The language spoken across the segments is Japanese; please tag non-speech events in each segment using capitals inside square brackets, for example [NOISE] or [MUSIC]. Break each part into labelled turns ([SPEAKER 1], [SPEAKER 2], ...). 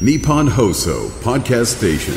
[SPEAKER 1] Nippon Hoso Podcast Station.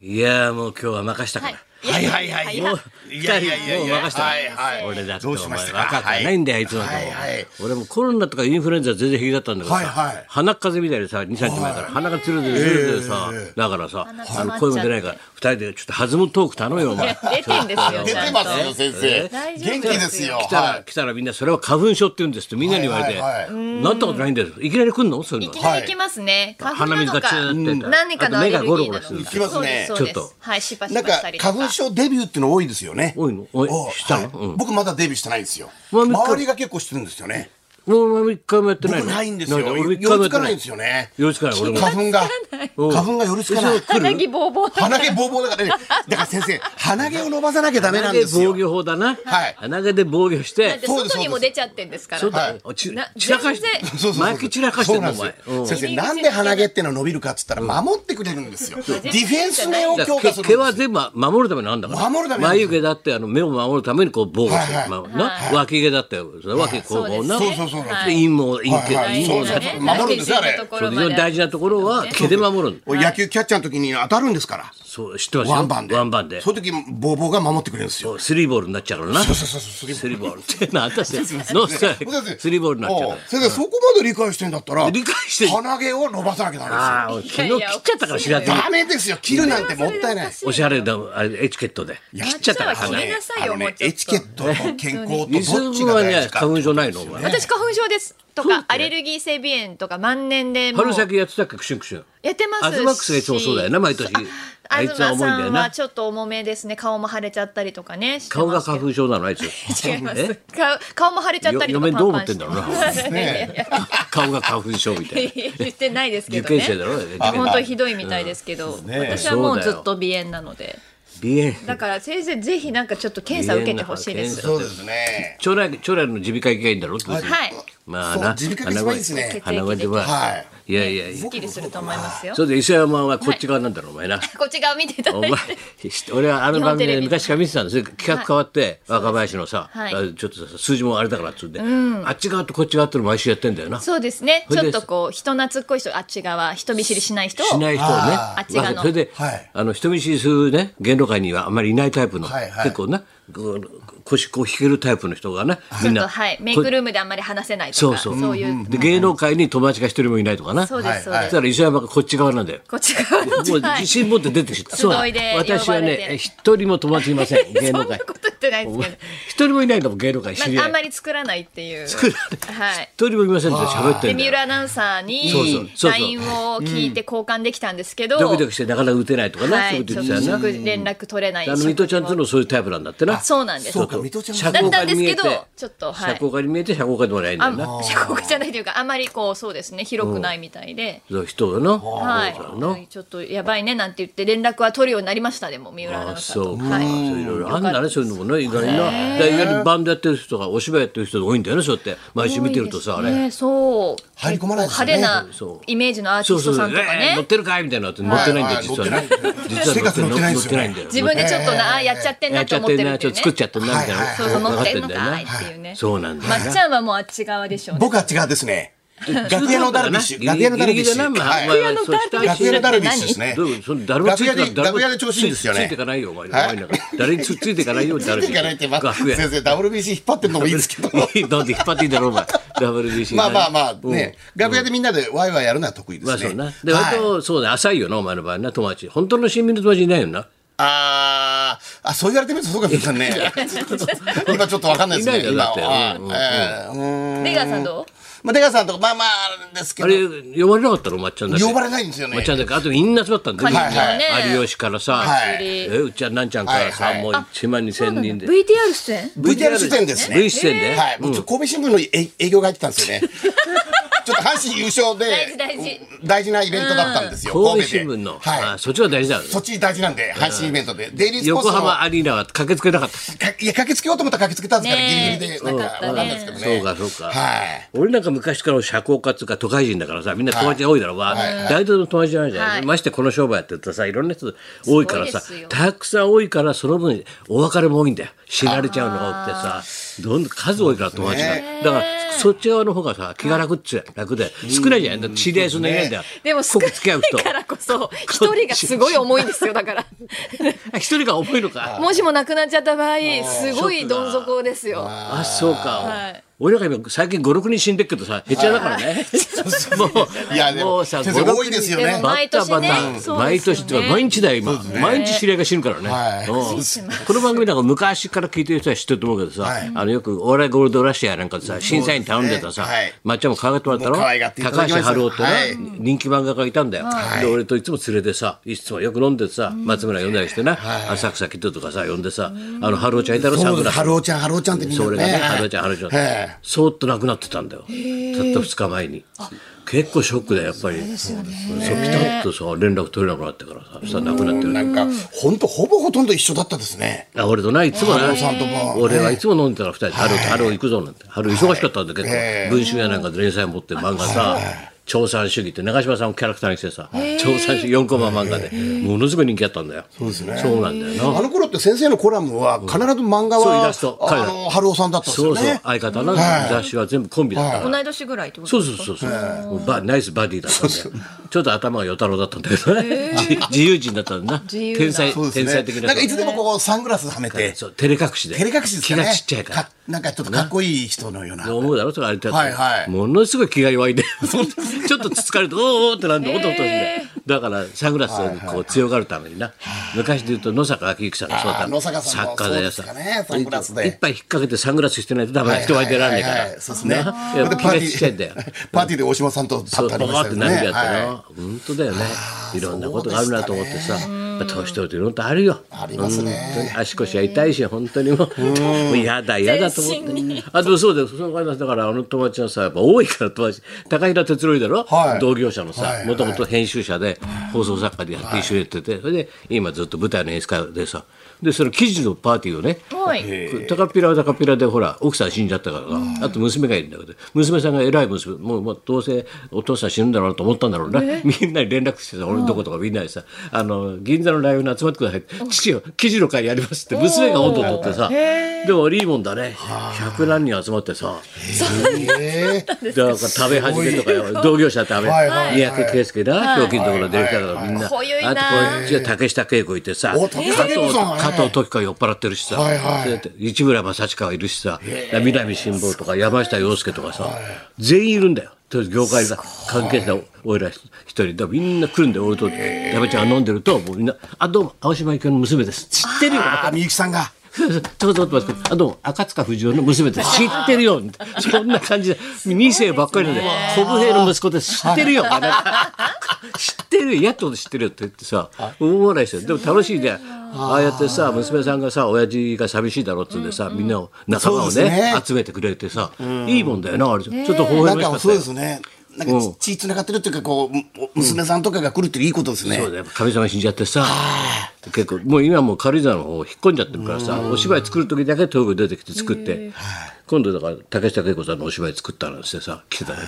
[SPEAKER 2] いやーもう今日は任したから。
[SPEAKER 3] はいはいはい。
[SPEAKER 2] もう
[SPEAKER 3] い
[SPEAKER 2] 二
[SPEAKER 3] やいや
[SPEAKER 2] 人
[SPEAKER 3] いや
[SPEAKER 2] もう
[SPEAKER 3] いや
[SPEAKER 2] 任したから。
[SPEAKER 3] はいはい
[SPEAKER 2] 俺だって
[SPEAKER 3] ど
[SPEAKER 2] お
[SPEAKER 3] うしま
[SPEAKER 2] 前
[SPEAKER 3] したか
[SPEAKER 2] 若くはないんだよ、
[SPEAKER 3] はい
[SPEAKER 2] いつまでも、
[SPEAKER 3] はいはい
[SPEAKER 2] 俺もコロナとかインフルエンザ全然平気だったんだけどさ、
[SPEAKER 3] はいはい
[SPEAKER 2] 鼻風邪みたいでさ23日前から鼻がつるつるつるつるさ、だからさ、あの声も出ないから二人でちょっと弾むトーク頼むよお前
[SPEAKER 4] 出て
[SPEAKER 2] [LAUGHS]
[SPEAKER 4] んですよ
[SPEAKER 3] 出
[SPEAKER 4] ちゃ
[SPEAKER 3] て
[SPEAKER 4] んと
[SPEAKER 3] ますよ先生。
[SPEAKER 4] 大丈夫
[SPEAKER 3] 元気ですよ。
[SPEAKER 2] 来たら、
[SPEAKER 3] はい
[SPEAKER 2] 来たらみんなそれは花粉症って言うんですってみんなに言われて、
[SPEAKER 3] はいはいは
[SPEAKER 2] なったことないんだよいきなり来んのそういう
[SPEAKER 4] い
[SPEAKER 2] の
[SPEAKER 4] きなり行きますね。
[SPEAKER 2] 鼻水がチューって
[SPEAKER 4] 何かのアレルギ
[SPEAKER 2] あと目が
[SPEAKER 4] ー
[SPEAKER 2] ゴロゴロする
[SPEAKER 3] 行きますね
[SPEAKER 4] そうです
[SPEAKER 2] ちょっと
[SPEAKER 4] はい、シパシ
[SPEAKER 3] なん
[SPEAKER 4] パ
[SPEAKER 3] か
[SPEAKER 4] したりとか。
[SPEAKER 3] 花粉症デビューっての多いですよね。
[SPEAKER 2] 多いのおい
[SPEAKER 3] お
[SPEAKER 2] したの、
[SPEAKER 3] は
[SPEAKER 2] う
[SPEAKER 3] い
[SPEAKER 2] ん
[SPEAKER 3] 僕まだデビューしてないんですよ。
[SPEAKER 2] まあ三日
[SPEAKER 3] 周りが結構してるんですよね。
[SPEAKER 2] もうお前一回もやってない
[SPEAKER 3] 僕
[SPEAKER 2] の
[SPEAKER 3] ないんですよ。
[SPEAKER 2] な
[SPEAKER 3] 寄
[SPEAKER 2] 俺
[SPEAKER 3] り
[SPEAKER 2] 一回もやっ
[SPEAKER 3] つ
[SPEAKER 2] て
[SPEAKER 3] か
[SPEAKER 2] な
[SPEAKER 3] ないいんですよね。
[SPEAKER 2] よろしくない俺も
[SPEAKER 3] 花粉が
[SPEAKER 2] うん
[SPEAKER 3] 花粉が寄りつかない。
[SPEAKER 2] 来
[SPEAKER 4] 鼻
[SPEAKER 2] る
[SPEAKER 4] 毛ボーボーだ
[SPEAKER 3] 鼻毛ボーボーだからね。だから先生鼻毛を伸ばさなきゃダメなんです
[SPEAKER 2] 防
[SPEAKER 3] よ。
[SPEAKER 2] 御法だな、
[SPEAKER 3] はい
[SPEAKER 2] 鼻毛で防御し
[SPEAKER 4] ってて
[SPEAKER 3] そうです
[SPEAKER 4] 外にも出ちゃってんですから。
[SPEAKER 2] そうだ、
[SPEAKER 3] はい
[SPEAKER 2] おち
[SPEAKER 4] な
[SPEAKER 2] 散らかし
[SPEAKER 4] 全然
[SPEAKER 2] [LAUGHS]
[SPEAKER 3] そうそうそう
[SPEAKER 2] マイク散らかしてんのお前
[SPEAKER 3] そうなんですよ先生
[SPEAKER 4] うん
[SPEAKER 3] なんで鼻毛ってのは伸びるかっつったら守ってくれるんですよ。ディフェンス面を
[SPEAKER 2] だか
[SPEAKER 3] 強
[SPEAKER 2] ら
[SPEAKER 3] 化
[SPEAKER 2] 毛
[SPEAKER 3] するんです
[SPEAKER 2] 毛
[SPEAKER 3] よ。
[SPEAKER 2] は全部守るためなんだから
[SPEAKER 3] 守るためなんで
[SPEAKER 2] 眉
[SPEAKER 3] す
[SPEAKER 2] 毛だってあの目を守るためにこう防御して、
[SPEAKER 3] はいはい
[SPEAKER 2] まあな脇毛だってそれ脇こうこうな
[SPEAKER 3] そうそうそ
[SPEAKER 2] で
[SPEAKER 3] うなんですよ
[SPEAKER 2] 陰毛陰毛、
[SPEAKER 3] はいは
[SPEAKER 2] 陰
[SPEAKER 3] い
[SPEAKER 2] 毛
[SPEAKER 3] そう
[SPEAKER 2] だ
[SPEAKER 3] そう
[SPEAKER 2] って
[SPEAKER 3] 守るんですよあれ
[SPEAKER 4] 大事なとこ
[SPEAKER 2] そ
[SPEAKER 4] ろ
[SPEAKER 2] う非常に大事なとこ
[SPEAKER 4] まで
[SPEAKER 2] ろは毛で守るんだ
[SPEAKER 3] 俺野球キャッチャーの時に当たるんですから。
[SPEAKER 2] そう知ってますよ
[SPEAKER 3] ワンバンで。
[SPEAKER 2] ワンバンで
[SPEAKER 3] そういう時、ボーボーが守ってくれるんですよ。
[SPEAKER 2] スリーボールになっちゃうからな
[SPEAKER 3] そうそうそうそう。
[SPEAKER 2] スリーボール [LAUGHS] ってなあんたしてノーストライクスリーボールになっちゃう
[SPEAKER 3] お
[SPEAKER 2] か
[SPEAKER 3] う
[SPEAKER 2] ら
[SPEAKER 3] 先生、そこまで理解してんだったら、
[SPEAKER 2] 理解してる
[SPEAKER 3] 鼻毛を伸ばさなきゃダ
[SPEAKER 2] ああ俺昨
[SPEAKER 4] いや
[SPEAKER 2] 日切っ
[SPEAKER 4] いや
[SPEAKER 2] ちゃったから知ら
[SPEAKER 3] メ
[SPEAKER 2] ずに
[SPEAKER 3] ですよ。ダメですよ。切るなんてもったいない。
[SPEAKER 2] おしゃれなあれエチケットで切っちゃったから
[SPEAKER 4] 抹茶
[SPEAKER 2] 鼻
[SPEAKER 4] は切れ
[SPEAKER 2] 毛
[SPEAKER 4] ないなさいよ
[SPEAKER 3] あの
[SPEAKER 4] もう
[SPEAKER 3] ね、
[SPEAKER 4] ちょっと
[SPEAKER 3] エチケットと健康と
[SPEAKER 2] 水
[SPEAKER 3] どっち
[SPEAKER 2] 分
[SPEAKER 3] が
[SPEAKER 2] は
[SPEAKER 3] 大
[SPEAKER 2] ね
[SPEAKER 3] 事か。
[SPEAKER 2] 花粉症ないのお前
[SPEAKER 4] 私花粉症ですとかアレルギー性鼻炎とか万年でもう
[SPEAKER 2] 春先やってたっけクシュンクシュン
[SPEAKER 4] やってますし。
[SPEAKER 2] アズマックスがいつもそうだよな毎年
[SPEAKER 4] あ
[SPEAKER 2] あいつは重いんだ
[SPEAKER 4] 東さ
[SPEAKER 2] よ
[SPEAKER 4] んは
[SPEAKER 2] な
[SPEAKER 4] ちょっと重めですね。顔も腫れちゃったりとかね。してますけど
[SPEAKER 2] 顔が花粉症なのあいつ
[SPEAKER 4] 違いま
[SPEAKER 2] え
[SPEAKER 4] す。顔顔も腫れちゃったりとか
[SPEAKER 2] よ嫁どう思ってんだろうな
[SPEAKER 4] パンパンしてますいやいやいや
[SPEAKER 2] 顔が花粉症みたいな
[SPEAKER 4] 言ってないですけ
[SPEAKER 2] 受
[SPEAKER 4] どね。
[SPEAKER 2] 験生だろ受験生
[SPEAKER 4] 本当にひどいみたいですけど、私はもうずっと鼻炎なので。
[SPEAKER 2] 鼻炎
[SPEAKER 4] だから先生ぜひなんかちょっと検査受けてほしいです。
[SPEAKER 3] そうですね。
[SPEAKER 2] 将来将来の耳鼻科行けばいいんだろ別に
[SPEAKER 4] はい。
[SPEAKER 2] まあ
[SPEAKER 3] そう
[SPEAKER 2] な
[SPEAKER 3] 耳鼻科が一番いいですね。
[SPEAKER 2] 鼻声でま
[SPEAKER 3] は
[SPEAKER 2] あいやいやい
[SPEAKER 4] すっ
[SPEAKER 2] や
[SPEAKER 4] きりすると思いますよ
[SPEAKER 2] そ。れで伊勢山はこっち側なんだろお前な
[SPEAKER 4] こっち側見ていただ
[SPEAKER 2] お
[SPEAKER 4] い
[SPEAKER 2] 前
[SPEAKER 4] て。
[SPEAKER 2] し俺はあの番組で昔から見てたんですよ企画変わって若林のさ、
[SPEAKER 4] はい
[SPEAKER 2] あちょっとさ数字もあれだからっつうんで、あっち側とこっち側っての毎週やってんだよな
[SPEAKER 4] そうですね。
[SPEAKER 2] それ
[SPEAKER 4] ちょ
[SPEAKER 2] で
[SPEAKER 4] っとこう人懐っこい人あっち側人見知りしない人を。
[SPEAKER 2] しない人をね
[SPEAKER 3] あ
[SPEAKER 4] ーあっち側の
[SPEAKER 2] わそれで、
[SPEAKER 3] はい
[SPEAKER 2] あの人見知りするね芸能界にはあんまりいないタイプの、
[SPEAKER 3] はいはい
[SPEAKER 2] 結構ねこう腰こう引けるタイプの人がねみん
[SPEAKER 4] ちょっ
[SPEAKER 2] な
[SPEAKER 4] とはい
[SPEAKER 2] こ
[SPEAKER 4] メイクルームであんまり話せないと
[SPEAKER 2] そう
[SPEAKER 4] か
[SPEAKER 2] そ
[SPEAKER 4] そうういう。
[SPEAKER 2] で芸能界に友達が一人もいないとかな
[SPEAKER 4] そう
[SPEAKER 2] そ
[SPEAKER 4] ですそう
[SPEAKER 3] は
[SPEAKER 2] し
[SPEAKER 4] で
[SPEAKER 3] いは
[SPEAKER 4] す。
[SPEAKER 2] たら石山がこっち側なんだよ
[SPEAKER 4] こっち側
[SPEAKER 2] も
[SPEAKER 4] の
[SPEAKER 2] う
[SPEAKER 4] はい
[SPEAKER 2] 自信持って出てきて、そうだ
[SPEAKER 4] 集いで呼ばれて
[SPEAKER 2] 私はね一人も友達いません芸
[SPEAKER 4] そ
[SPEAKER 2] 能
[SPEAKER 4] ん
[SPEAKER 2] 界
[SPEAKER 4] なこと言ってないですけど。
[SPEAKER 2] 一人もいないんだもん芸能界知り
[SPEAKER 4] ま
[SPEAKER 2] 合
[SPEAKER 4] あ、あ
[SPEAKER 2] い
[SPEAKER 4] んまり作らないっていう。
[SPEAKER 2] 作ら
[SPEAKER 4] はい。
[SPEAKER 2] 一人もいませんで喋って
[SPEAKER 4] で
[SPEAKER 2] んだ
[SPEAKER 4] 三
[SPEAKER 2] よ
[SPEAKER 4] 浦アナウンサーに
[SPEAKER 2] そうそうそうそう
[SPEAKER 4] LINE を聞いて交換できたんですけど、
[SPEAKER 2] ドキドキしてなかなか打てないとかな
[SPEAKER 4] は
[SPEAKER 2] そういう
[SPEAKER 4] い、ちょ
[SPEAKER 2] 時
[SPEAKER 4] っ
[SPEAKER 2] さ
[SPEAKER 4] と
[SPEAKER 2] な
[SPEAKER 4] 食連絡取れない
[SPEAKER 2] あの水戸ちゃんっていうのはそういうタイプなんだってな
[SPEAKER 4] そうなんです
[SPEAKER 3] そ
[SPEAKER 4] だ
[SPEAKER 3] うか、水戸ちゃんも
[SPEAKER 2] 社
[SPEAKER 3] そうか
[SPEAKER 2] 交
[SPEAKER 4] った
[SPEAKER 2] 家
[SPEAKER 4] ん
[SPEAKER 2] に
[SPEAKER 4] です
[SPEAKER 2] 見え
[SPEAKER 4] け
[SPEAKER 2] て
[SPEAKER 4] どちょっとは
[SPEAKER 2] 社
[SPEAKER 4] い
[SPEAKER 2] 交家に見えて社交家でもないんだ
[SPEAKER 4] あ
[SPEAKER 2] よな
[SPEAKER 4] 社交じゃないというかあまりこうそうですね広くないみたいで、
[SPEAKER 2] そう人だな
[SPEAKER 4] は、
[SPEAKER 2] そうだない
[SPEAKER 4] ちょっとやばいねなんて言って連絡は取るようになりましたでも三浦アナウ
[SPEAKER 2] あ
[SPEAKER 4] ンサー
[SPEAKER 2] そう
[SPEAKER 4] と
[SPEAKER 2] か
[SPEAKER 4] は
[SPEAKER 2] そ
[SPEAKER 4] い、
[SPEAKER 2] ういろいろあんだねそういうのもね意外になで意外にバンドやってる人とかお芝居やってる人多いんだよねそうやって毎週見てるとさあ
[SPEAKER 4] 多いです
[SPEAKER 2] れ
[SPEAKER 4] ねそう
[SPEAKER 3] 入り込まないです
[SPEAKER 4] 派
[SPEAKER 3] よね
[SPEAKER 4] 手な
[SPEAKER 2] そう
[SPEAKER 4] イメージのアーテ
[SPEAKER 2] そ
[SPEAKER 4] ィ
[SPEAKER 2] う
[SPEAKER 4] ス
[SPEAKER 2] そ
[SPEAKER 4] ト
[SPEAKER 2] う
[SPEAKER 4] さ
[SPEAKER 2] そうん
[SPEAKER 4] とか
[SPEAKER 2] えー乗っ
[SPEAKER 4] ね
[SPEAKER 2] てるかいみたいなのって乗ってないんだよ
[SPEAKER 3] はい
[SPEAKER 2] 実は
[SPEAKER 3] は
[SPEAKER 2] ね
[SPEAKER 3] い乗ってな
[SPEAKER 2] 実
[SPEAKER 3] い
[SPEAKER 2] は乗って
[SPEAKER 3] 生活乗ってないん
[SPEAKER 2] 乗
[SPEAKER 3] で
[SPEAKER 2] っ
[SPEAKER 3] す
[SPEAKER 2] て
[SPEAKER 3] よ
[SPEAKER 2] ないんだよ
[SPEAKER 4] 自分でちょっとなあーやっちゃってん
[SPEAKER 2] や
[SPEAKER 4] な
[SPEAKER 2] っち
[SPEAKER 4] と
[SPEAKER 2] ゃっ
[SPEAKER 4] 思って
[SPEAKER 2] て
[SPEAKER 4] る
[SPEAKER 2] ん
[SPEAKER 4] っ
[SPEAKER 2] なちょっ
[SPEAKER 4] ていうね
[SPEAKER 2] と作っちゃってんなみたいな
[SPEAKER 4] そうそう乗
[SPEAKER 2] 分か
[SPEAKER 4] って
[SPEAKER 2] て
[SPEAKER 4] ん
[SPEAKER 2] ん
[SPEAKER 4] の
[SPEAKER 2] だよな
[SPEAKER 4] かいっていうね
[SPEAKER 2] そうなんだよ
[SPEAKER 4] ま
[SPEAKER 2] な
[SPEAKER 4] っちゃんはもうあっち側でしょうね
[SPEAKER 3] 僕は違うで
[SPEAKER 2] [LAUGHS]
[SPEAKER 3] すね。楽屋のダルビッシュ。楽屋のダルビッシュ。はい
[SPEAKER 2] 楽屋のダ
[SPEAKER 3] 楽屋のダルビッシ
[SPEAKER 4] 何
[SPEAKER 3] ュですね。
[SPEAKER 2] どういうことその誰もついてか
[SPEAKER 3] 楽屋で
[SPEAKER 2] 誰も
[SPEAKER 3] 楽屋で調子いいんですよね
[SPEAKER 2] ついてかないよお前お
[SPEAKER 3] はい
[SPEAKER 2] 前
[SPEAKER 3] [LAUGHS]
[SPEAKER 2] なんか誰につついてかないよ
[SPEAKER 3] つ
[SPEAKER 2] ダル
[SPEAKER 3] い
[SPEAKER 2] ビッシ
[SPEAKER 3] ていか
[SPEAKER 2] ュ
[SPEAKER 3] ないって、まあ、
[SPEAKER 2] 楽屋
[SPEAKER 3] 先生、WBC 引っ張ってんのもいいですけど。
[SPEAKER 2] [LAUGHS] いいなんで引っ張っていいんだろうお前 WBC
[SPEAKER 3] まあまあまあね、楽屋でみんなでワイワイやるのは得意で
[SPEAKER 2] まあ
[SPEAKER 3] す
[SPEAKER 2] そう
[SPEAKER 3] ね。
[SPEAKER 2] なで割
[SPEAKER 3] はい、
[SPEAKER 2] とそうだ浅いよなお前の場合な友達本当の親身の友達いないよな
[SPEAKER 3] あーあ、そう言われてみるとそうか、皆さんね。
[SPEAKER 2] [LAUGHS]
[SPEAKER 3] 今ちょっとわかんないです
[SPEAKER 2] い
[SPEAKER 3] ね。
[SPEAKER 2] ないよ
[SPEAKER 3] 今
[SPEAKER 2] だって
[SPEAKER 3] は
[SPEAKER 2] うん
[SPEAKER 3] えーうーん
[SPEAKER 4] 出川さんどう
[SPEAKER 3] まあ、出川さんとか、まあまあ、あれですけ
[SPEAKER 2] あ
[SPEAKER 3] ど、
[SPEAKER 2] れ呼ばれなかったのお前ちゃんだけ
[SPEAKER 3] 呼ばれないんですよね
[SPEAKER 2] お前ちゃんだけあとみんな集まったんだよ
[SPEAKER 4] はいはいはい
[SPEAKER 2] 有吉からさ
[SPEAKER 3] はい
[SPEAKER 2] えうっちゃんなんちゃんからさ
[SPEAKER 3] はいはい
[SPEAKER 2] もう1万2000人で
[SPEAKER 4] VTR 出演
[SPEAKER 3] VTR 出演ですね。
[SPEAKER 2] V 出演で
[SPEAKER 3] はい、僕ちょっと神戸新聞の営営業が入ってたんで
[SPEAKER 2] [LAUGHS]
[SPEAKER 3] すよね。ちょっと阪神優勝で
[SPEAKER 4] 大事大事
[SPEAKER 3] 大事なイベントだったんですよ。
[SPEAKER 2] 神戸
[SPEAKER 3] で
[SPEAKER 2] 新聞の、
[SPEAKER 3] は
[SPEAKER 2] あそっちは大事だ
[SPEAKER 3] い。そっち大事なんで阪神イベントでデイリースポーツ
[SPEAKER 2] 横
[SPEAKER 3] の
[SPEAKER 2] 浜アリーナは駆けつけなかった、
[SPEAKER 3] かいや駆けつけようと思ったら駆けつけたんですから、
[SPEAKER 4] ねえ
[SPEAKER 3] ギリギリでなんか
[SPEAKER 4] うん
[SPEAKER 3] わかんないですけどね。
[SPEAKER 2] そうかそうか、
[SPEAKER 3] はい。
[SPEAKER 2] 俺なんか昔から社交家っつうか都会人だからさみんな友達多いだろう、わ大体の友達じゃないじゃん、
[SPEAKER 4] はい
[SPEAKER 2] ましてこの商売やってるとさいろんな人多いからさ
[SPEAKER 4] すごいですよ
[SPEAKER 2] たくさん多いからその分お別れも多いんだよ知られちゃうのが多くてさどんどん数多いから友達が、だからそっち側の方がさ気が楽っちゃ楽で少ないじゃないだって知り合いそんなにいないんだよ、
[SPEAKER 4] でも少
[SPEAKER 2] 濃
[SPEAKER 4] な
[SPEAKER 2] く付き合う人
[SPEAKER 4] [LAUGHS] いからこそ一人がすごい重いんですよだ
[SPEAKER 2] [LAUGHS]
[SPEAKER 4] から
[SPEAKER 2] あ一人が重いのか
[SPEAKER 4] もしもなくなっちゃった場合すごいどん底ですよ
[SPEAKER 2] あそうか、
[SPEAKER 4] はい
[SPEAKER 2] 俺らが今最近56人死んでっけどさへっちゃらだからね [LAUGHS] もう
[SPEAKER 3] いやでも
[SPEAKER 2] もうさ
[SPEAKER 3] 先生
[SPEAKER 2] 5-6人
[SPEAKER 3] 多いですよね
[SPEAKER 4] でも毎年ね
[SPEAKER 2] バッタバ
[SPEAKER 4] うん
[SPEAKER 2] ッタ
[SPEAKER 4] そう
[SPEAKER 2] 毎
[SPEAKER 4] ですよね
[SPEAKER 2] 年っていうか毎日だよ今、毎日知り合いが死ぬからね、
[SPEAKER 3] はい
[SPEAKER 2] うんこの番組なんか昔から聞いてる人は知ってると思うけどさ、
[SPEAKER 3] はい
[SPEAKER 2] あのよくお笑いゴールドラッシャーなんかでさ審査員頼んでたさ、
[SPEAKER 3] そうですねはい
[SPEAKER 2] まっちゃんも可愛がってもらったろ
[SPEAKER 3] もう可愛がっていただ
[SPEAKER 2] 高
[SPEAKER 3] き
[SPEAKER 2] 橋
[SPEAKER 3] ました
[SPEAKER 2] 春夫ってね、
[SPEAKER 3] はい
[SPEAKER 2] 人気漫画家がいたんだよ、
[SPEAKER 3] い
[SPEAKER 2] で俺といつも連れてさいつもよく飲んでさ松村呼んだりしてな、浅草キッドとかさ呼んでさ、あの春夫ちゃんいたろ
[SPEAKER 3] そうです
[SPEAKER 2] 桜
[SPEAKER 3] ハローちゃんハローちゃんってみんな
[SPEAKER 2] それがね、
[SPEAKER 3] はい
[SPEAKER 2] ハルちゃん、ハルちゃん
[SPEAKER 3] ええ、
[SPEAKER 2] そーっと亡くなってたんだよ。たった2日前に。結構ショックだよ、やっぱり。そう、ピタッとさ、連絡取れなくなってからさ、さ、亡くなって
[SPEAKER 3] な
[SPEAKER 2] る。
[SPEAKER 3] んか本当ほぼほとんど一緒だったですね
[SPEAKER 2] あ俺とないつも
[SPEAKER 3] ハ
[SPEAKER 2] な
[SPEAKER 3] ローさんとも
[SPEAKER 2] 俺はいつも飲んでたら二人で「春春行くぞ」なんて春忙しかったんだけど
[SPEAKER 3] ええ
[SPEAKER 2] 文春やなんかで連載持ってる漫画さ超産主義って長嶋さんをキャラクターにしてさ超産主義4コマ漫画でものすごい人気あったんだよそうですねそうなんだよな
[SPEAKER 3] あの頃って先生のコラムは必ず漫画
[SPEAKER 2] そうイ
[SPEAKER 3] は
[SPEAKER 2] ラスト彼
[SPEAKER 3] あのハローさんだったんです
[SPEAKER 2] そ
[SPEAKER 3] よ
[SPEAKER 2] うそう
[SPEAKER 3] ね
[SPEAKER 2] 相方の雑誌は全部コンビだったから
[SPEAKER 4] 同い年ぐらいってこと
[SPEAKER 2] そう
[SPEAKER 4] です
[SPEAKER 2] そう
[SPEAKER 4] か
[SPEAKER 2] そうそう、もうバナイスバディだったんでちょっと頭が与太郎だったんだけどね、自由人だったんだな
[SPEAKER 4] 由な
[SPEAKER 2] 天才
[SPEAKER 3] そうです
[SPEAKER 2] 天
[SPEAKER 3] ね
[SPEAKER 2] 才的な人
[SPEAKER 3] なんかいつでもこうサングラスはめて
[SPEAKER 2] そう照れ隠しで
[SPEAKER 3] 照れ隠しです
[SPEAKER 2] 気
[SPEAKER 3] かね
[SPEAKER 2] がちっちゃいから
[SPEAKER 3] なんかちょっとかっこいい人のような
[SPEAKER 2] そう思うだろそれあれだって、
[SPEAKER 3] はいはい
[SPEAKER 2] ものすごい気が弱いんでちょっとつつかれておーおーってなんでおとおとして、だからサングラスをこう強がるためにな、昔で言うと野坂昭之さんがそうだった
[SPEAKER 3] あー野坂さんも
[SPEAKER 2] 作家でさ
[SPEAKER 3] そうですかねサングラスで
[SPEAKER 2] 一杯引っ掛けてサングラスしてないとダメな人前出らんねえか
[SPEAKER 3] は
[SPEAKER 2] ら
[SPEAKER 3] いはいはいそうですね
[SPEAKER 2] なやっぱ気がちっちゃいんだよ
[SPEAKER 3] [LAUGHS] パーティーで大島さんと
[SPEAKER 2] そ
[SPEAKER 3] 会
[SPEAKER 2] う
[SPEAKER 3] った
[SPEAKER 2] バ
[SPEAKER 3] りも
[SPEAKER 2] ー
[SPEAKER 3] した
[SPEAKER 2] って
[SPEAKER 3] よ
[SPEAKER 2] なるやったな、
[SPEAKER 3] は
[SPEAKER 2] 本当だよねいろんなことがあるなと思ってさ、まあ、年取るといろんなことあるよ
[SPEAKER 3] ありますね
[SPEAKER 2] 本当に足腰が痛いし本当にもうもう嫌だ嫌だと思ってあでもそうだよその方だからあの友達はさやっぱ多いから友達高平哲郎いいだろ、
[SPEAKER 3] はい
[SPEAKER 2] 同業者の
[SPEAKER 3] はいは
[SPEAKER 2] さ
[SPEAKER 3] い
[SPEAKER 2] もともと編集者で放送作家でやって一緒にやってて、それで今ずっと舞台の演出家でさでその記事のパーティーをね
[SPEAKER 4] はい
[SPEAKER 2] タカピラはタカピラでほら奥さん死んじゃったからなあと娘がいるんだけど娘さんが偉い娘もうもうどうせお父さん死ぬんだろうなと思ったんだろうな、みんなに連絡してさ俺のとことかみんなにさ「あの銀座のライブに集まってください」父よ記事の会やります」って娘が音を取ってさでも俺いいもんだね百何人集まってさ
[SPEAKER 3] えー
[SPEAKER 2] だから食べ始めとかよ同業者食べ
[SPEAKER 3] はいはいはい
[SPEAKER 2] 三宅圭介なひょうきんところディレクターだからみんなあとこ
[SPEAKER 4] 濃ゆいな
[SPEAKER 2] っちは竹下恵子いてさ
[SPEAKER 3] お
[SPEAKER 2] 加
[SPEAKER 3] 竹
[SPEAKER 2] 藤
[SPEAKER 3] 下恵子さんはい
[SPEAKER 2] 加藤時子酔っ払ってるしさ
[SPEAKER 3] はいはい
[SPEAKER 2] それで市村正親いるしさ南辛坊とか山下洋介とかさ全員いるんだよとりあえず業界だ関係者俺ら一人だみんな来るんだよ俺と矢部ちゃんが飲んでるともうみんな「あどうも青島由紀夫の娘です」知ってるよ
[SPEAKER 3] あみゆきさんが
[SPEAKER 2] ちょっと待って待ってあどうも赤塚不二夫の娘です知ってるよみたいなそんな感じで2世ばっかりなんで小武平の息子です知ってるよなんか知ってるよやっとこと知ってるよって言ってさ大笑いしてるでも楽しいでああやってさ娘さんがさ親父が寂しいだろっつってさみんなを仲間を
[SPEAKER 3] そうです
[SPEAKER 2] ね
[SPEAKER 3] ね
[SPEAKER 2] 集めてくれてさいいもんだよなあれちょっと微
[SPEAKER 3] な
[SPEAKER 2] 笑
[SPEAKER 3] ん
[SPEAKER 2] ましか
[SPEAKER 3] か
[SPEAKER 2] っ
[SPEAKER 3] そ
[SPEAKER 2] た
[SPEAKER 3] う
[SPEAKER 2] よ
[SPEAKER 3] ですねなんか血つながってるっていうかこうむ娘さんとかが来るっていいことですね
[SPEAKER 2] そうだよ神様死んじゃってさ結構もう今もう軽井沢の方引っ込んじゃってるからさお芝居作る時だけ東部出てきて作って今度だから竹下恵子さんのお芝居作ったなんてさ来てたらね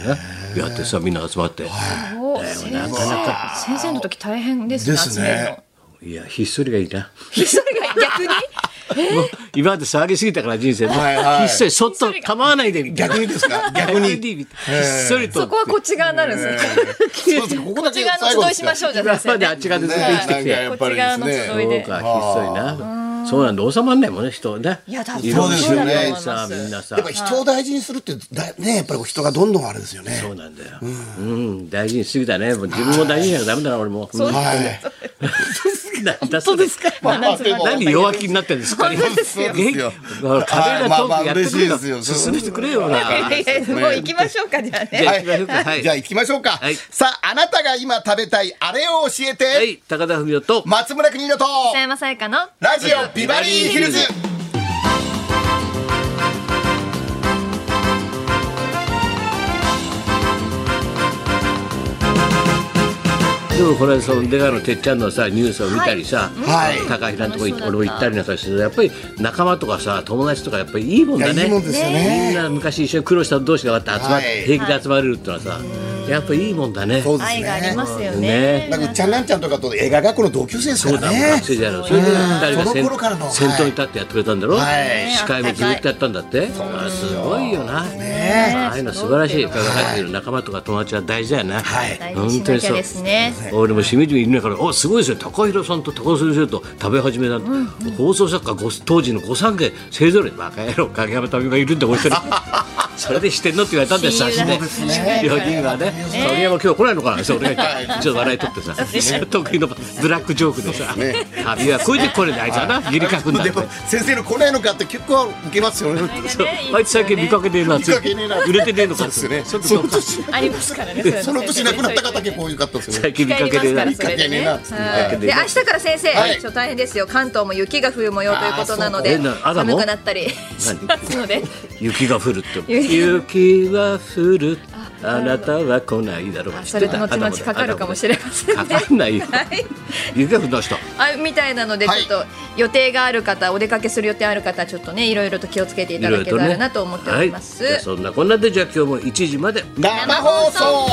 [SPEAKER 2] やってさみんな集まって
[SPEAKER 4] お先生先生の時大変です
[SPEAKER 3] で
[SPEAKER 4] ね
[SPEAKER 3] すね
[SPEAKER 2] いやひっそりがいいな
[SPEAKER 4] 集めるのそれが逆に
[SPEAKER 2] もう今まで騒ぎすぎたから人生も
[SPEAKER 3] はいは
[SPEAKER 2] ひ
[SPEAKER 3] い
[SPEAKER 2] っそりそっと構わないでみたいな
[SPEAKER 3] 逆にですか
[SPEAKER 2] [LAUGHS]
[SPEAKER 3] 逆に
[SPEAKER 2] ひっそりと
[SPEAKER 4] そこはこっち側になるんですね
[SPEAKER 3] そうですねここ
[SPEAKER 4] こ
[SPEAKER 3] だ
[SPEAKER 4] っち
[SPEAKER 3] け
[SPEAKER 4] 側の
[SPEAKER 3] 最後
[SPEAKER 4] 集
[SPEAKER 3] で
[SPEAKER 4] い
[SPEAKER 3] す
[SPEAKER 4] し
[SPEAKER 3] か
[SPEAKER 4] ましょうじゃな
[SPEAKER 2] 今
[SPEAKER 4] く
[SPEAKER 2] ま
[SPEAKER 4] て
[SPEAKER 2] であっち側でずっと生きてきて
[SPEAKER 3] ねやっぱりです
[SPEAKER 4] こっち側の集い
[SPEAKER 3] ね
[SPEAKER 2] そうか、ひっそりな。そうなんだ、収まんないもんね、人ね。
[SPEAKER 4] いや多分
[SPEAKER 2] いろんな
[SPEAKER 3] そうですよね
[SPEAKER 2] さ、みんなさ
[SPEAKER 3] やっ。ぱ人を大事にするってだねやっぱり人がどんどんあれですよね
[SPEAKER 2] そうなんだよ。うん、大事にしすぎたね、もう自分も大事にしなきゃダメだな、俺も。そう
[SPEAKER 3] はい
[SPEAKER 2] だ、そうですか。
[SPEAKER 3] まあまあでも
[SPEAKER 2] 何弱気になってんですか。
[SPEAKER 4] 本当で
[SPEAKER 2] [LAUGHS]
[SPEAKER 4] すよ
[SPEAKER 2] 元気。
[SPEAKER 3] よ
[SPEAKER 2] ほら壁がトークやってくれよ
[SPEAKER 3] まあまあ嬉しいですよ
[SPEAKER 2] 進めてくれよ、ほら。
[SPEAKER 4] いやいやもう行きましょうかじゃあね
[SPEAKER 2] じゃあ行きましょうかはい
[SPEAKER 3] じゃあ行きましょうか、
[SPEAKER 2] はい
[SPEAKER 3] さああなたが今食べたいあれを教えて、
[SPEAKER 2] はい、高田文夫と。
[SPEAKER 3] 松村邦洋と
[SPEAKER 4] 北山さやかの
[SPEAKER 3] ラジオビバリーヒルズ
[SPEAKER 2] でもこれその出川のてっちゃんのさニュースを見たりさ、
[SPEAKER 3] はいはい
[SPEAKER 2] 高平のとこ行って俺も行ったりなんかしてやっぱり仲間とかさ友達とかやっぱりいいもんだ
[SPEAKER 3] いや
[SPEAKER 2] ね
[SPEAKER 3] いいもんですよね
[SPEAKER 2] みんな昔一緒に苦労した同士がまた集まって、
[SPEAKER 3] はい
[SPEAKER 2] 平気で集まれるってのはさ、やっぱいいもんだね。
[SPEAKER 3] そうです
[SPEAKER 4] 愛があり
[SPEAKER 3] ね。
[SPEAKER 4] ますよ
[SPEAKER 2] ね
[SPEAKER 4] ね。
[SPEAKER 3] なんかうっちゃんなんちゃんとかと映画学校の同級生です
[SPEAKER 2] そう
[SPEAKER 3] か
[SPEAKER 2] だ
[SPEAKER 3] ら
[SPEAKER 2] もん、
[SPEAKER 3] ね
[SPEAKER 2] 学。生時代の。それで二人が
[SPEAKER 3] その
[SPEAKER 2] 先
[SPEAKER 3] 頃からの
[SPEAKER 2] 先頭に立ってやってくれたんだろ
[SPEAKER 3] はい
[SPEAKER 2] 司会も自分でやったんだって。あれすごいよな。ああいうの素晴らしい。輝いてる仲間とか友達は大事だよな。
[SPEAKER 3] はい
[SPEAKER 4] 大事にし
[SPEAKER 2] 本当
[SPEAKER 4] な
[SPEAKER 2] に
[SPEAKER 4] きゃ
[SPEAKER 2] そう
[SPEAKER 4] ですね。
[SPEAKER 2] 俺もしみじみいる中で「おすごいですよ高弘さんと高須先生と食べ始めたんで、放送作家ご当時の御三家勢ぞろいバカ野郎影山民がいるんだこいつ [LAUGHS] それでしてんのって言われたんです
[SPEAKER 4] 親
[SPEAKER 2] 雑
[SPEAKER 4] 友
[SPEAKER 2] 誌で
[SPEAKER 4] だね
[SPEAKER 2] 4人がね「影山今日来ないのかな」そう俺がちょっと笑い取ってさ得意のブラックジョークでさ「旅はこれでこれであいつはな義理書くんだ」っ
[SPEAKER 3] で
[SPEAKER 2] て
[SPEAKER 3] も。先生の来ないのかって結構受けますよね。
[SPEAKER 2] そうあいつ最近見かけねえな
[SPEAKER 3] 見かけねえな
[SPEAKER 2] 売れてねえのか
[SPEAKER 3] そ
[SPEAKER 2] っ
[SPEAKER 3] うで
[SPEAKER 2] て
[SPEAKER 3] すね。
[SPEAKER 2] ち
[SPEAKER 3] そ
[SPEAKER 2] ょっ
[SPEAKER 3] の
[SPEAKER 2] と
[SPEAKER 3] 年
[SPEAKER 4] ありますからね。そういうの
[SPEAKER 3] その年亡くなった方結構多かったですよね。
[SPEAKER 2] 最近見かけねえな
[SPEAKER 4] 見かけねえな
[SPEAKER 2] はい
[SPEAKER 5] で明日から先生、
[SPEAKER 3] はい
[SPEAKER 5] ちょっと大変ですよ関東も雪が降る模様ということなの
[SPEAKER 2] あ
[SPEAKER 5] で
[SPEAKER 2] ーそうあらも
[SPEAKER 5] 寒くなったりしますので
[SPEAKER 2] 雪が降るって雪は降るあなたは来ないだろう
[SPEAKER 5] それ後々かかるかもしれませんね
[SPEAKER 2] かかんないよ
[SPEAKER 5] [LAUGHS] はい
[SPEAKER 2] [LAUGHS] 雪が降りました
[SPEAKER 5] あみたいなので、
[SPEAKER 3] はい
[SPEAKER 5] ちょっと予定がある方お出かけする予定ある方ちょっとねいろいろと気をつけてい
[SPEAKER 2] い
[SPEAKER 5] た
[SPEAKER 2] ろ
[SPEAKER 5] だ
[SPEAKER 2] い
[SPEAKER 5] け
[SPEAKER 2] ろと
[SPEAKER 5] た
[SPEAKER 2] ね
[SPEAKER 5] らなと思っております、
[SPEAKER 2] はいじゃあそんなこんなでじゃあ今日も1時まで
[SPEAKER 3] 生放送。